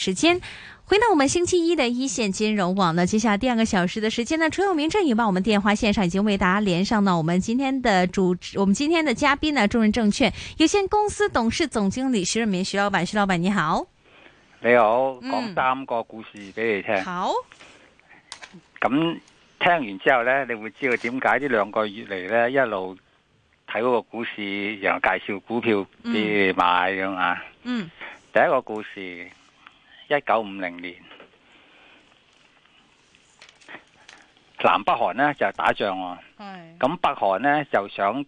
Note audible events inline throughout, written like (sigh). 时间。回到我们星期一的一线金融网呢，接下来第二个小时的时间呢，除有明正以外，我们电话线上已经为大家连上了我们今天的主持，我们今天的嘉宾呢，中润证券有限公司董事总经理徐润明，徐老板，徐老板你好，你好，嗯講三個故事俾你聽。好，咁、聽完之後呢，你會知道點解呢兩個月嚟呢，一路睇嗰個股市，然後介紹股票俾你買咁啊。嗯第一個故事，一九五零年，南北韓呢就打仗喎、系，咁北韓呢就想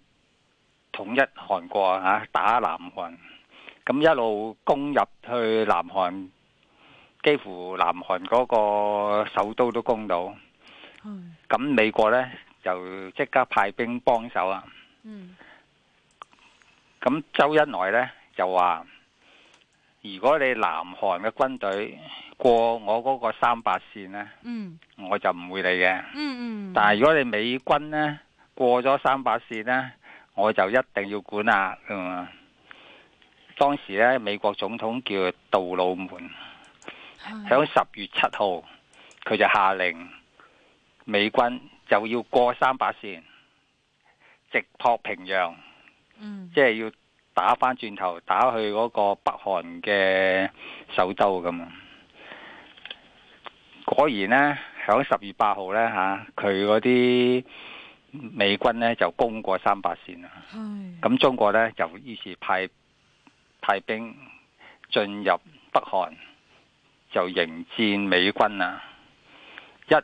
統一韓國啊，打南韓，咁一路攻入去南韓，幾乎南韓嗰個首都都攻到。咁美國呢就即刻派兵幫手啊！嗯咁周恩來呢就話：如果你南韓嘅軍隊過我嗰個三八線呢，嗯我就唔會理嘅。嗯嗯，但係如果你美軍呢過咗三八線呢，我就一定要管啦咁啊！當時呢，美國總統叫杜魯門，嗯響十月七號，佢就下令美軍就要過三八線，直撲平壤，嗯即係要打翻轉頭，打去嗰個北韓嘅首都咁啊！果然呢，響十月八號呢，吓、佢嗰啲美軍呢就攻過三八線啦。系，咁中國呢，就於是派派兵進入北韓，就迎戰美軍啦。一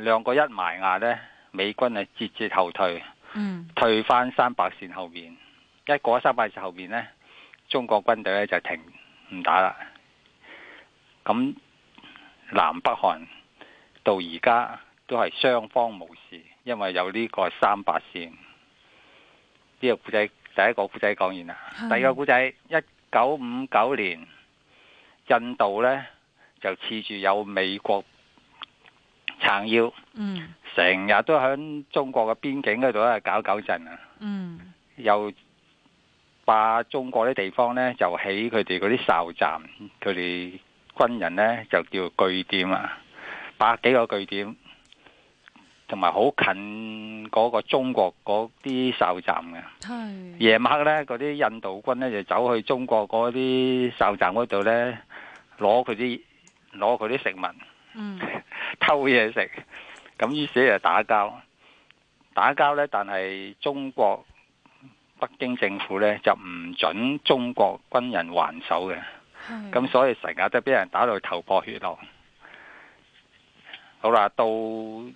兩個一埋牙呢，美軍啊節節後退，嗯退翻三百線後面。一過三百線後面呢，中國軍隊呢就停唔打啦。咁南北韓到而家都係雙方無事，因為有呢個三百線。呢、個故仔第一個故仔講完啦。係第二個故仔，一九五九年，印度呢就恃住有美國撐腰，嗯成日都喺中國嘅邊境嗰度咧搞搞震啊！嗯又把中國啲地方呢，就起佢哋嗰啲哨站，佢哋軍人呢，就叫據點啊，百幾個據點，同埋好近嗰個中國嗰啲哨站嘅。系，夜晚黑呢，嗰啲印度軍呢，就走去中國嗰啲哨站嗰度呢，攞佢啲攞佢啲食物。嗯偷嘢食，咁於是就打交。打交呢，但係中國北京政府呢，就唔准中國軍人還手嘅，係咁所以成日都俾人打到頭破血流。好啦，到九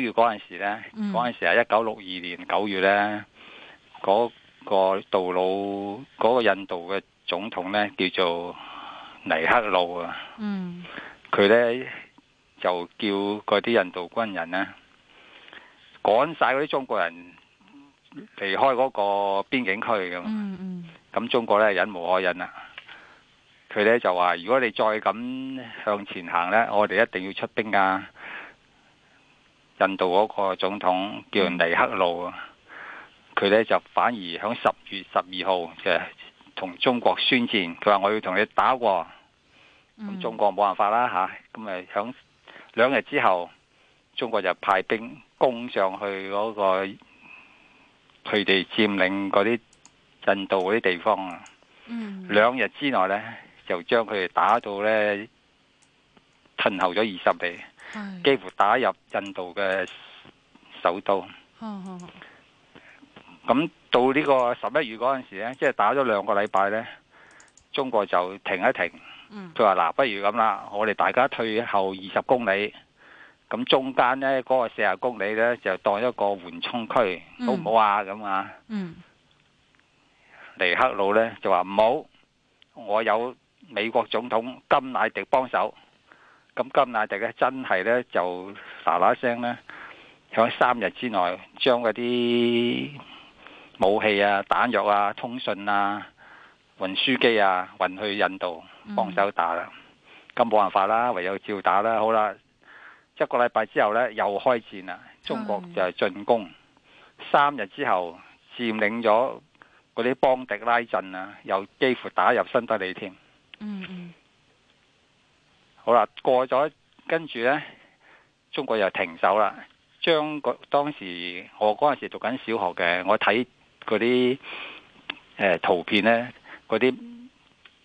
月嗰陣時呢，嗯嗰陣時係一九六二年九月呢，嗰、個杜魯嗰、個印度嘅總統呢，叫做尼克魯啊。嗯佢呢就叫嗰啲印度軍人呢趕晒嗰啲中國人離開嗰個邊境區咁，咁、嗯嗯中國呢忍無可忍啦。佢呢就話：如果你再咁向前行呢，我哋一定要出兵啊！印度嗰個總統叫尼克魯啊，佢呢就反而響十月十二號就同中國宣戰，佢話我要同你打喎。咁嗯，中國冇辦法啦吓，咁咪響兩日之後，中國就派兵攻上去嗰、個佢哋佔領嗰啲印度嗰啲地方啊。嗯兩日之內呢，就將佢哋打到呢褪後咗二十里，係幾乎打入印度嘅首都。好好好咁到呢個十一月嗰陣時咧，即係打咗兩個禮拜呢，中國就停一停。嗯佢話嗱，不如咁啦，我哋大家退後二十公里，咁中間呢嗰、個四十公里呢，就當一個緩衝區，嗯好唔好啊？咁啊，嗯尼克魯呢就話唔好，我有美國總統金乃迪幫手，咁金乃迪呢，真係呢，就嗱嗱聲呢，喺三日之內將嗰啲武器啊、彈藥啊、通訊啊、運輸機啊運去印度。嗯幫手打啦。咁冇辦法啦，唯有照打啦。好啦，一個禮拜之後呢，又開戰啦。中國就係進攻，三日之後佔領咗嗰啲邦迪拉震啊，又幾乎打入新德里添。嗯嗯好啦，過咗跟住呢，中國又停手啦。將個當時我嗰陣時讀緊小學嘅，我睇嗰啲誒圖片呢，嗰啲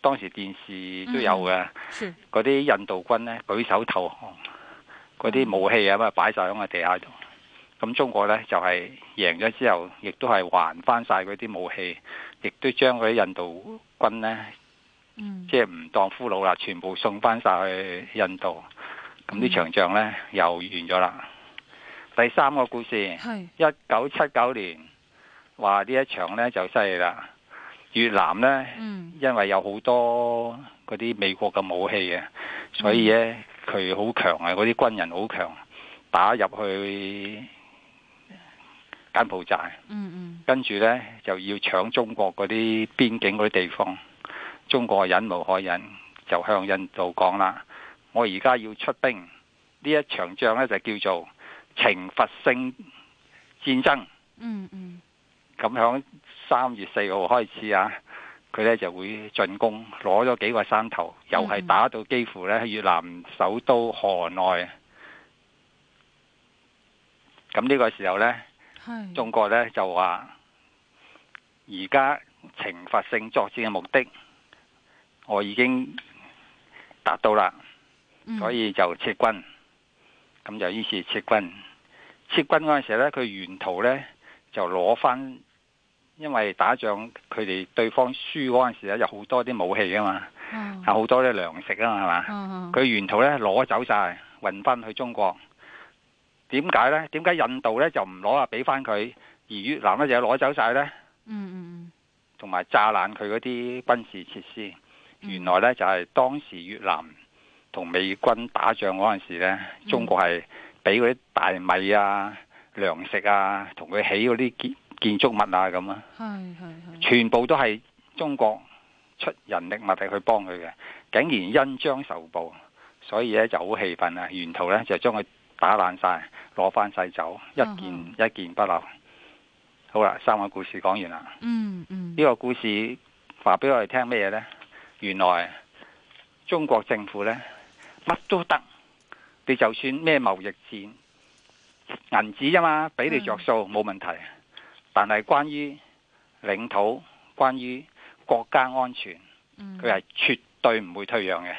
當時電視都有嘅，是，嗰啲印度軍呢，舉手投降，嗰啲武器啊咁啊擺晒喺個地下度。咁中國呢，就係贏咗之後，亦都係還翻晒嗰啲武器，亦都將嗰啲印度軍呢嗯即係唔當俘虜啦，全部送翻晒去印度。咁呢場仗呢，又完咗啦。第三個故事，係一九七九年，話呢一場呢就犀利啦。越南呢，嗯因為有好多嗰啲美國嘅武器嘅，所以呢，佢好強啊，嗰啲軍人好強，打入去柬埔寨。嗯跟住呢，就要搶中國嗰啲邊境嗰啲地方，中國忍無可忍，就向印度講啦：我而家要出兵，呢一場仗呢，就叫做懲罰性戰爭。嗯嗯咁響三月四號開始啊，佢呢就會進攻，攞咗幾個山頭，又係打到幾乎呢越南首都河內。咁呢個時候呢。係中國呢就話，而家懲罰性作戰嘅目的，我已經達到啦，嗯所以就撤軍。咁就於是撤軍。撤軍嗰陣時呢，佢沿途呢就攞翻，因為打仗佢哋對方輸嗰陣時咧，有好多啲武器啊嘛，嗯有好多啲糧食啊嘛，係嘛？哦佢沿途咧攞走晒，運翻去中國。點解呢？點解印度呢就唔攞啊，俾翻佢，而越南呢就攞走晒呢？嗯嗯同埋炸爛佢嗰啲軍事設施。嗯原來呢就係當時越南同美軍打仗嗰陣時呢，嗯中國係俾嗰啲大米啊、糧食啊，同佢起嗰啲建建築物啊咁啊，係係係全部都係中國出人力物力去幫佢嘅，竟然恩將仇報，所以咧就好氣憤啊！沿途咧就將佢打爛晒，攞翻晒走，一件嗯一件不留。好啦，三個故事講完啦。嗯嗯呢個故事話俾我哋聽咩嘢呢？原來中國政府呢，乜都得，你就算咩貿易戰、銀紙啊嘛，俾你着數冇問題。但係關於領土、關於國家安全，嗯佢係絕對唔會退讓嘅。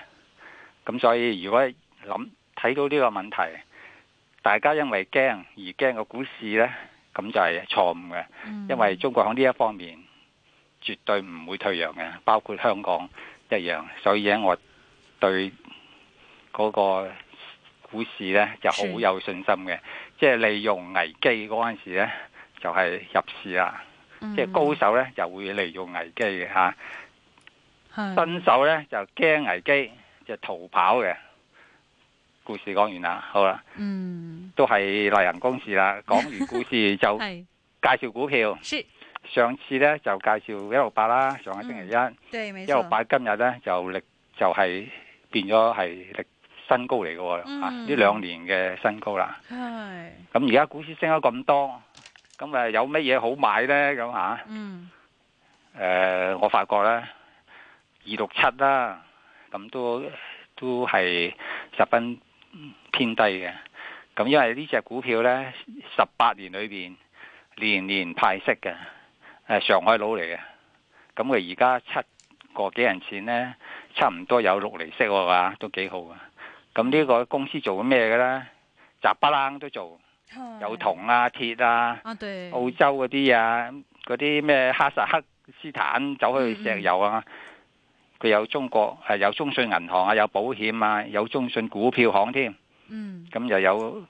咁所以如果諗睇到呢個問題，大家因為驚而驚個股市呢，咁就係錯誤嘅。因為中國喺呢一方面絕對唔會退讓嘅，包括香港一樣，所以咧我對嗰個股市呢就好是有信心嘅，即係利用危機嗰陣時呢就係、入市啦，嗯即係高手呢就會利用危機嘅嚇，係新手呢就驚危機就逃跑嘅。故事講完啦，好啦，嗯都係例行公事啦。講完故 (laughs) 事就係介紹股票。是上次呢就介紹一六八啦，上個星期一對沒一嗯六錯八今日呢就歷就係、變咗係歷新高嚟嘅喎，嗯啊呢兩年嘅新高啦。係咁而家股市升咗咁多，咁誒有乜嘢好買呢？咁嚇、啊嗯誒呃我發覺呢，二六七啦，咁都都係十分偏低嘅。咁因為呢只股票呢，十八年裏邊年年派息嘅，誒上海佬嚟嘅。咁佢而家七個幾人錢呢，差唔多有六厘息喎，話都幾好啊。咁呢個公司做緊咩嘅呢？雜不楞都做，嗯有銅啊、鐵啊。啊對澳洲嗰啲啊，嗰啲咩哈薩克斯坦走去石油啊，佢有中國係有中信銀行啊，有保險啊，有中信股票行添，嗯咁又有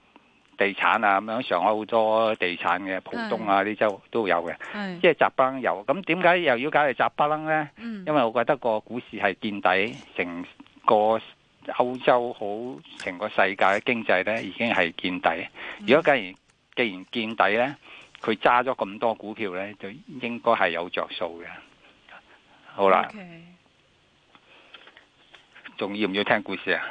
地產啊咁樣，上海好多地產嘅浦東啊呢周都有嘅，係即係雜崩有。咁點解又要搞嚟雜崩呢？嗯因為我覺得個股市係見底，成個歐洲好，成個世界嘅經濟呢已經係見嗯底。如果既然既然見底呢，佢揸咗咁多股票呢，就應該係有着數嘅。好啦， OK (laughs) 仲要唔要聽故事啊？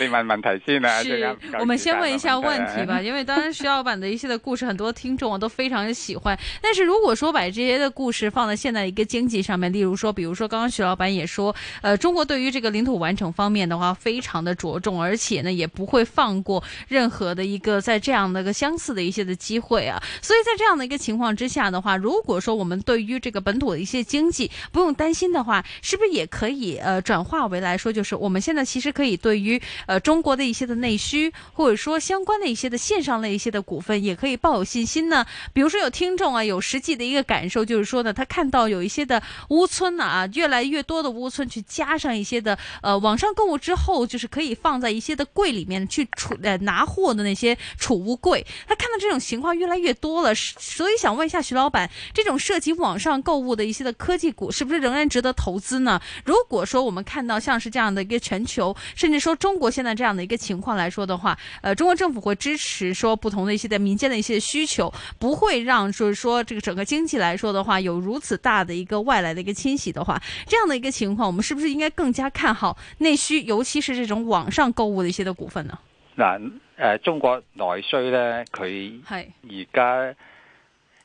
你問問題先啊，即是係啱我們先問一下夠時間問題吧，因为当然徐老板的一些的故事，很多听众啊都非常喜欢。但是如果说把这些的故事放在现在一个经济上面，例如说，比如说刚刚徐老板也说，呃，中国对于这个领土完整方面的话，非常的着重，而且呢也不会放过任何的一个在这样的一个相似的一些的机会啊。所以在这样的一个情况之下的话，如果说我们对于这个本土的一些经济不用担心的话，是不是也可以呃转化为来说，就是我们现在其实可以对于呃中国的一些的内需，或者说相关的一些的线上的一些的股份，也可以抱有信心呢？比如说有听众啊，有实际的一个感受，就是说呢，他看到有一些的屋村啊，越来越多的屋村去加上一些的呃网上购物之后，就是可以放在一些的柜里面去储呃拿货的那些储物柜，他看到这种情况越来越多了，是所以想问一下徐老板，这种涉及网上购物的一些的科技股，是不是仍然值得投资呢？如果说我们看到像是这样的一个全球，甚至说中国现在这样的一个情况来说的话，呃，中国政府会支持说不同的一些的民间的一些需求，不会让就是说这个整个经济来说的话有如此大的一个外来的一个侵袭的话，这样的一个情况，我们是不是应该更加看好内需，尤其是这种网上购物的一些的股份呢？嗱，誒中國內需咧，佢係而家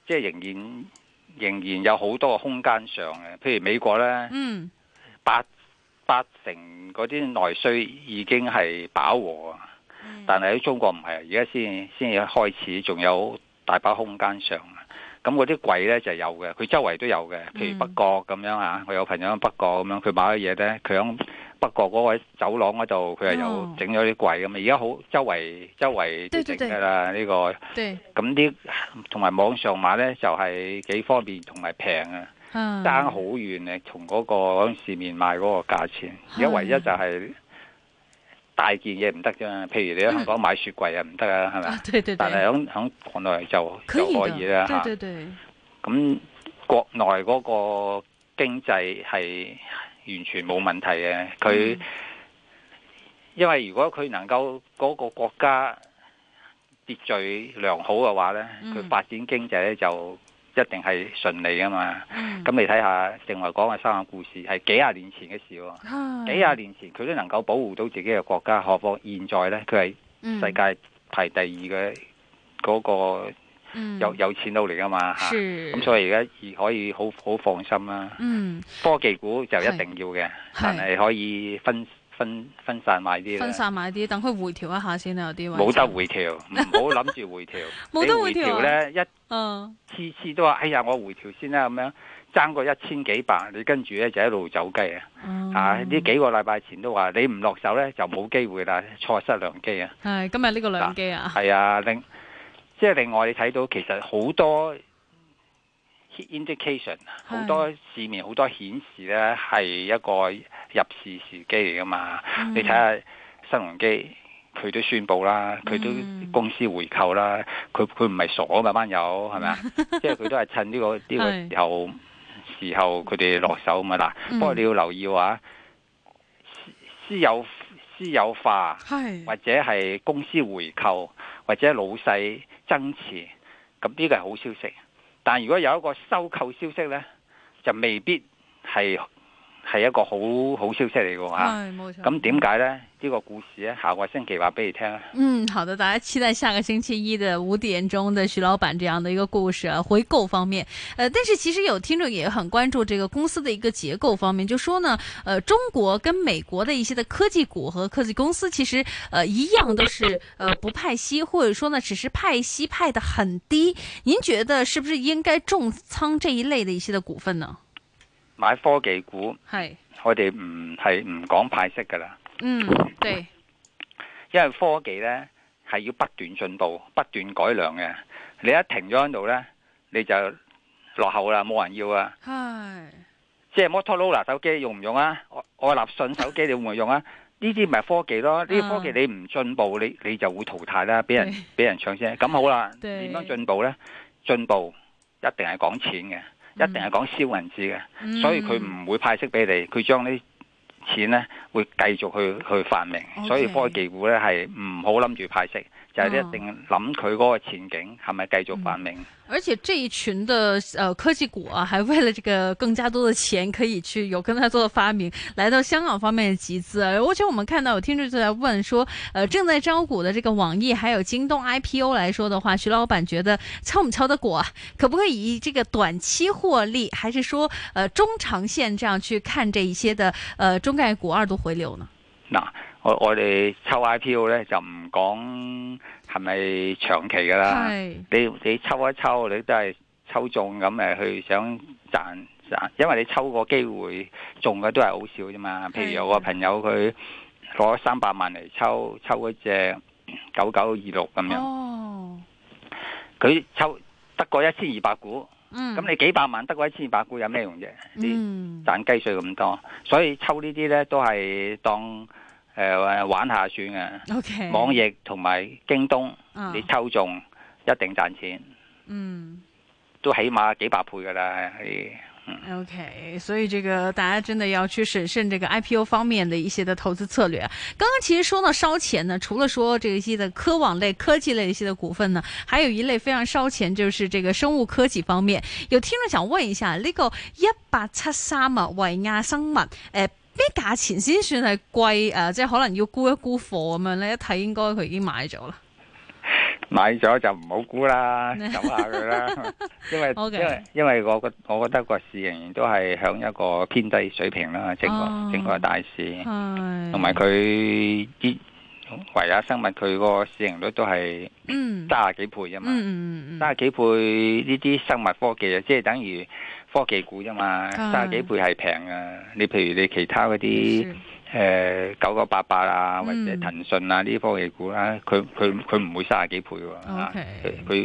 即係仍然仍然有好多個空間上嘅，譬如美國咧，嗯，八八成嗰啲內需已經係飽和啊，但係喺中國唔係，啊而家先先至開始，仲有大把空間上。啊咁嗰啲櫃咧就有嘅，佢周圍都有嘅，譬嗯如北角咁樣啊，我有朋友喺北角咁樣，佢買咗嘢咧，佢喺北角嗰位走廊嗰度，佢係有哦整咗啲櫃咁啊。而家好周圍周圍都對對整㗎啦，呢個对，咁啲同埋網上買咧就係幾方便同埋平啊。嗯，爭好遠嘅，同嗰、個嗰陣市面賣嗰個價錢。而家唯一就係大件嘢唔得啫，譬如你喺香港買雪櫃啊唔得啊，係嗯咪啊啊？，对对但係对，喺喺國內就可就以可的，以啦嚇。对对對，咁國內嗰個經濟係完全冇問題嘅，佢、嗯因為如果佢能夠嗰個國家秩序良好嘅話呢嗯佢發展經濟咧就一定係順利啊嘛。嗯咁你睇下，正話講嘅三個故事係幾廿年前嘅事喎，嗯幾廿年前佢都能夠保護到自己嘅國家，何況現在呢？佢係年世界排第二嘅嗰個有有錢佬嚟噶嘛嚇，嗯是，咁所以而家而可以好好放心啦。嗯，科技股就一定要嘅，但係係可以分分分散買啲分啦，散買啲，等佢回調一下先啊啦，有啲位冇置。得，回調，唔好諗住回調 (laughs) 冇得你回調啊調呢，一嗯，次次都話：哎呀，我回調先啦，咁樣爭個一千幾百，你跟住呢就一路走雞啊！哦嗯啊！呢幾個禮拜前都話你唔落手呢，就冇機會啦，錯失良機 (laughs) 啊！係今日呢個兩機啊，係啊，另即係另外你睇到其實好多 indication，好多市面好多顯示呢係一個入市時機嚟噶嘛。嗯你睇下新鴻基，佢都宣布啦，佢都嗯公司回購啦，佢佢唔係傻啊嘛班友係 (laughs) 咪啊？即係佢都係趁呢、個呢、個係嗯時候時候佢哋落手啊嘛嗱。不過你要留意話，私私有私有化係或者係公司回購或者老細增持，咁呢個係好消息。但如果有一個收購消息呢，就未必係係一個好好消息嚟嘅啊嚇。係冇錯，咁點解呢？呢、個故事呢，下個星期話俾你聽啊。嗯，好的，大家期待下个星期一的五点钟的徐老板这样的一个故事啊。回购方面，呃，但是其实有听众也很关注这个公司的一个结构方面，就说呢，呃，中国跟美国的一些的科技股和科技公司其实呃一样都是呃不派息，或者说呢只是派息派的很低。您觉得是不是应该重仓这一类的一些的股份呢？買科技股，嗨，我哋唔係唔講派息㗎啦，嗯，对，因為科技呢係要不斷進步、不斷改良嘅。你一停咗喺度呢，你就落後啦，冇人要啊！嗨，即係 Motorola 手機用唔用啊？愛愛立信手機你會唔會用啊？呢啲咪科技咯，呢啲科技你唔進步，你你就會淘汰啦，俾人啊對 (laughs) 俾人搶先。咁好啦，對點樣進步呢？進步一定係講錢嘅，一定係講燒銀紙嘅。嗯所以佢唔會派息俾你，佢將啲錢呢會繼續去去發明 OK。所以科技股呢係唔好諗住派息，就哦係一定諗佢嗰個前景係咪繼續繁榮。而且这一群的呃科技股啊， (laughs) 还为了这个更加多的钱可以去有更加多的发明，来到香港方面集资啊。而且我们看到有听众就在问说，呃，正在招股的这个网易还有京东 IPO 来说的话，徐老板觉得敲不敲得过啊？可不可以以这个短期获利，还是说呃中长线这样去看这一些的呃中概股二度回流呢？嗱，我我哋抽 IPO 咧就唔講係咪長期㗎啦。系你你抽一抽，你都係抽中咁誒去想賺賺，因為你抽個機會中嘅都係好少啫嘛。譬如有個朋友佢攞三百萬嚟抽抽嗰只九九二六咁樣，哦，佢抽得過一千二百股，嗯，咁你幾百萬得過一千二百股有咩用啫？你嗯賺雞碎咁多，所以抽呢啲呢都係當誒、呃玩下算嘅。 ，OK，網易同埋京東，嗯啊你抽中一定賺錢。嗯。都起碼幾百倍噶啦。係 OK，所以这个大家真的要去审慎这个 IPO 方面的一些的投资策略啊。刚刚其实说到烧钱呢，除了说这一些的科网类、科技类的一些的股份呢，还有一类非常烧钱，就是这个生物科技方面。有听众想问一下，呢、个一八七三啊，维亚生物，诶、咩价錢先算係貴诶、呃即係可能要沽一沽貨咁樣咧，一睇應該佢已經買咗啦。買咗就唔好估 (laughs) 啦，嗯走下佢啦。因為 OK 因為因為我覺我覺得個市仍然都係響一個偏低水平啦，整個哦整個大市，係，嗯同埋佢啲維也生物佢個市盈率都係嗯三十幾倍嗯啫啊嘛。嗯嗯三十幾倍呢啲生物科技啊，即係等於科技股啫嘛。啊三十幾倍係平啊！你譬如你其他嗰啲。嗯，誒九九八八啊，或者嗯騰訊啊呢啲科技股啦，佢佢佢唔會三十幾倍喎，啊哦 OK 佢佢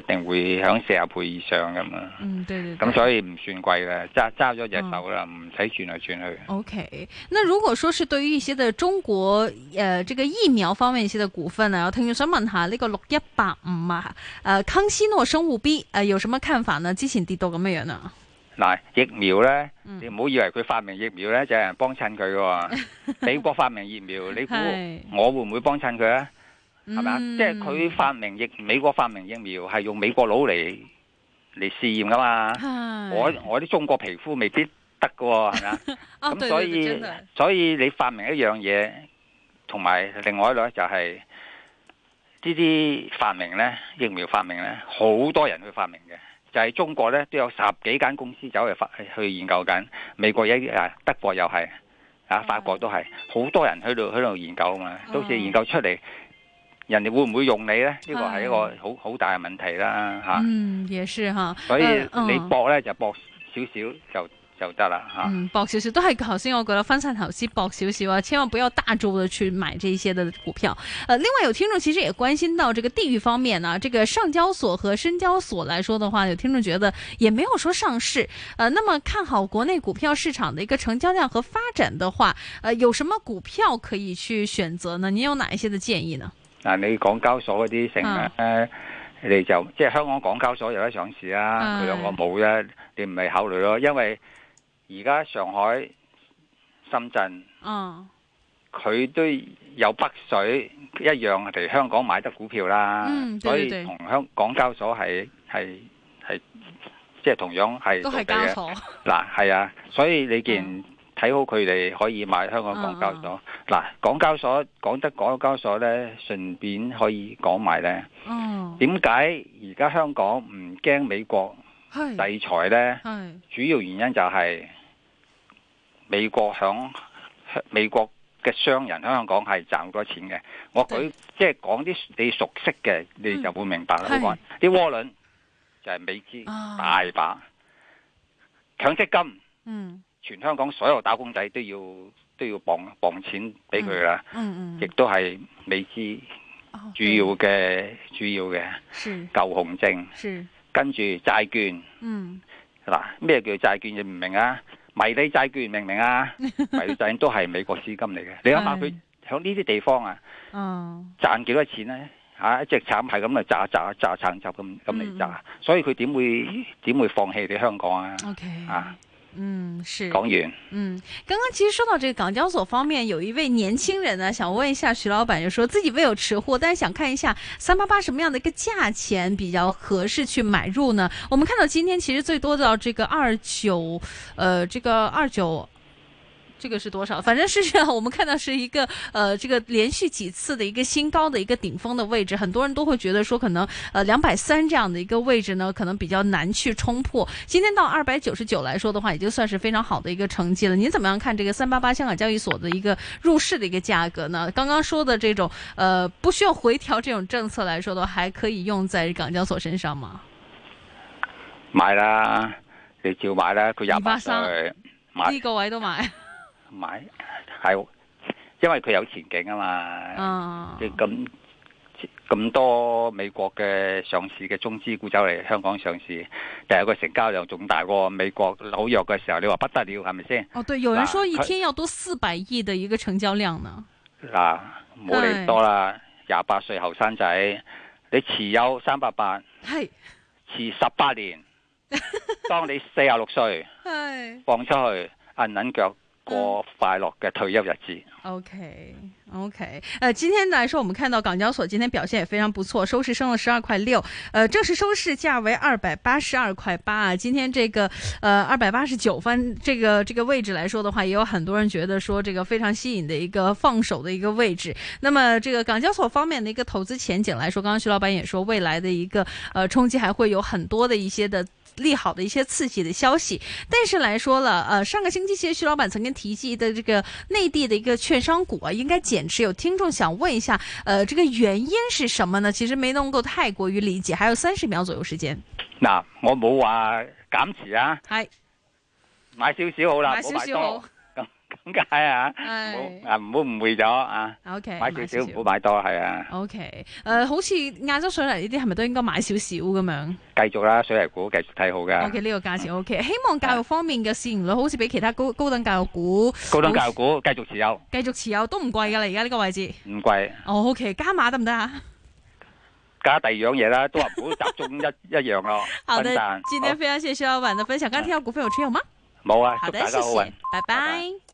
一定會響四十倍以上咁啊，嗯對對對咁所以唔算貴啦，揸揸咗隻手啦，唔使轉嚟轉去。 OK，那如果說是對於一些的中國呃這個疫苗方面一些的股份呢，我聽眾想問下呢個六一八五啊，呃康希諾生物 B 呃有什麼看法呢？之前跌到咁樣樣啊，嗱，疫苗咧，嗯你唔好以為佢發明疫苗咧就有人幫襯佢 (laughs) 喎，美國發明疫苗，你估係嗯我會唔會幫襯佢啊？係係咪啊？即係佢發明疫，美國發明疫苗係用美國佬嚟嚟試驗噶嘛？我我啲中國皮膚未必得噶喎，係咪啊？啊，咁對所對對以真的所以你發明一樣嘢，同埋另外一類就係呢啲發明呢，疫苗發明呢，好多人去發明嘅。就係、中國呢，都有十幾間公司走去發去研究緊，美國一啊德國又係啊法國都係，好多人喺度喺度研究啊嘛，到時研究出嚟，人哋會唔會用你呢？呢個係一個好好大嘅問題啦嚇。嗯也是哈，所以嗯你嗯搏呢，就搏少少就就得啦嚇。嗯，薄少少都係頭先我覺得分散投資薄少少啊，千萬不要大注的去買這些的股票。呃，另外有聽眾其實也關心到這個地域方面呢、這個上交所和深交所來說的話，有聽眾覺得也沒有說上市。呃，那麼看好國內股票市場的一個成交量和發展的話，呃，有什麼股票可以去選擇呢？您有哪一些的建議呢？嗱，你港交所嗰啲成啊咧，你就即係香港港交所有得上市啦，係佢兩個冇啫，你唔係考慮咯，因為而家上海、深圳啊，佢都有北水一樣嚟香港買得股票啦，嗯所對對以同香港交所係係係即係同樣係都係做比交嘅所，嗱，係啊，所以你既然睇好佢哋可以買香港港交所，嗱、港交所講得港交所呢，順便可以講埋呢。哦，點解而家香港唔驚美國制係裁呢？嗯係，主要原因就係美國響美國嘅商人喺香港係賺好多錢嘅。我舉即係講啲你熟悉嘅，你就會明白啦。嗯我講啲窩輪就係美資啊大把，強積金嗯全香港所有打工仔都要都要磅磅錢俾佢啦，嗯亦嗯，都係美資哦主要嘅主要嘅是舊紅證。是，跟住債券嗯嗱，咩叫債券？你唔明啊？迷你債券明唔明 (laughs) 啊？迷你債券都係美國資金嚟嘅。你諗下佢係喺呢啲地方啊，啊。賺幾多錢呢？嚇、一隻慘係咁嚟炸炸炸嗯哦撐集咁咁嚟炸，所以佢點會點會放棄你香港啊？ OK，啊嗯，是，港元。嗯，刚刚其实说到这个港交所方面，有一位年轻人呢，想问一下徐老板，就说自己未有持货，但是想看一下三八八什么样的一个价钱比较合适去买入呢？我们看到今天其实最多到这个二九，呃，这个二九。这个是多少？反正事实上，我们看到是一个呃，这个连续几次的一个新高的一个顶峰的位置，很多人都会觉得说，可能呃两百三这样的一个位置呢，可能比较难去冲破。今天到二百九十九来说的话，已经算是非常好的一个成绩了。您怎么样看这个三八八香港交易所的一个入市的一个价格呢？刚刚说的这种呃不需要回调这种政策来说的话，还可以用在港交所身上吗？買啦，你照買啦，佢廿八23歲呢買個位都買，買 (laughs) 係，因為佢有前景啊嘛。啊，即係咁咁多美國嘅上市嘅中資股走嚟香港上市，但係個成交量仲大過美國紐約嘅時候，你話不得了係咪先？哦，对，有人说一嗱佢天要多四百亿的一个成交量呢。嗱，冇你咁多啦，廿八歲後生仔，你持有三百八，系持十八年，當你四廿六歲系放出去，銀銀腳過快樂嘅退休日子。 ，OK OK，呃，今天来说，我们看到港交所今天表现也非常不错，收市升了十二块六，呃，正式收市价为二百八十二块八啊。今天这个呃二百八十九分这个这个位置来说的话，也有很多人觉得说这个非常吸引的一个放手的一个位置。那么这个港交所方面的一个投资前景来说，刚刚徐老板也说，未来的一个呃冲击还会有很多的一些的。利好的一些刺激的消息，但是来说了，呃，上个星期其实徐老板曾经提及的这个内地的一个券商股啊，应该减持。有听众想问一下，呃，这个原因是什么呢？其实没能够太过于理解。还有三十秒左右时间，嗱，我冇話減持啊，哎，買少少好啦，买少冇買少好 (laughs) 多，，咁解啊，哎唔 (laughs) 好啊唔好誤會咗啊， ，OK，買少少唔好買多，係啊， ，OK，呃，好似亞洲水泥呢啲係咪都應該買少少咁樣繼續啦，水泥股繼續睇好？OK，噶，呢個價錢 OK。希望教育方面嘅市盈率好似比其他高高等教育股高等教育股繼續持有，繼續持有都唔貴㗎啦，而家呢個位置。唔貴。哦，OK，加碼得唔得啊？加第二樣嘢啦，都話唔好集中一一樣咯，好分的散，今天非常謝謝徐老闆的分享。剛才提到股份有持有嗎？好冇啊，好祝的，大謝家好運謝。，拜拜拜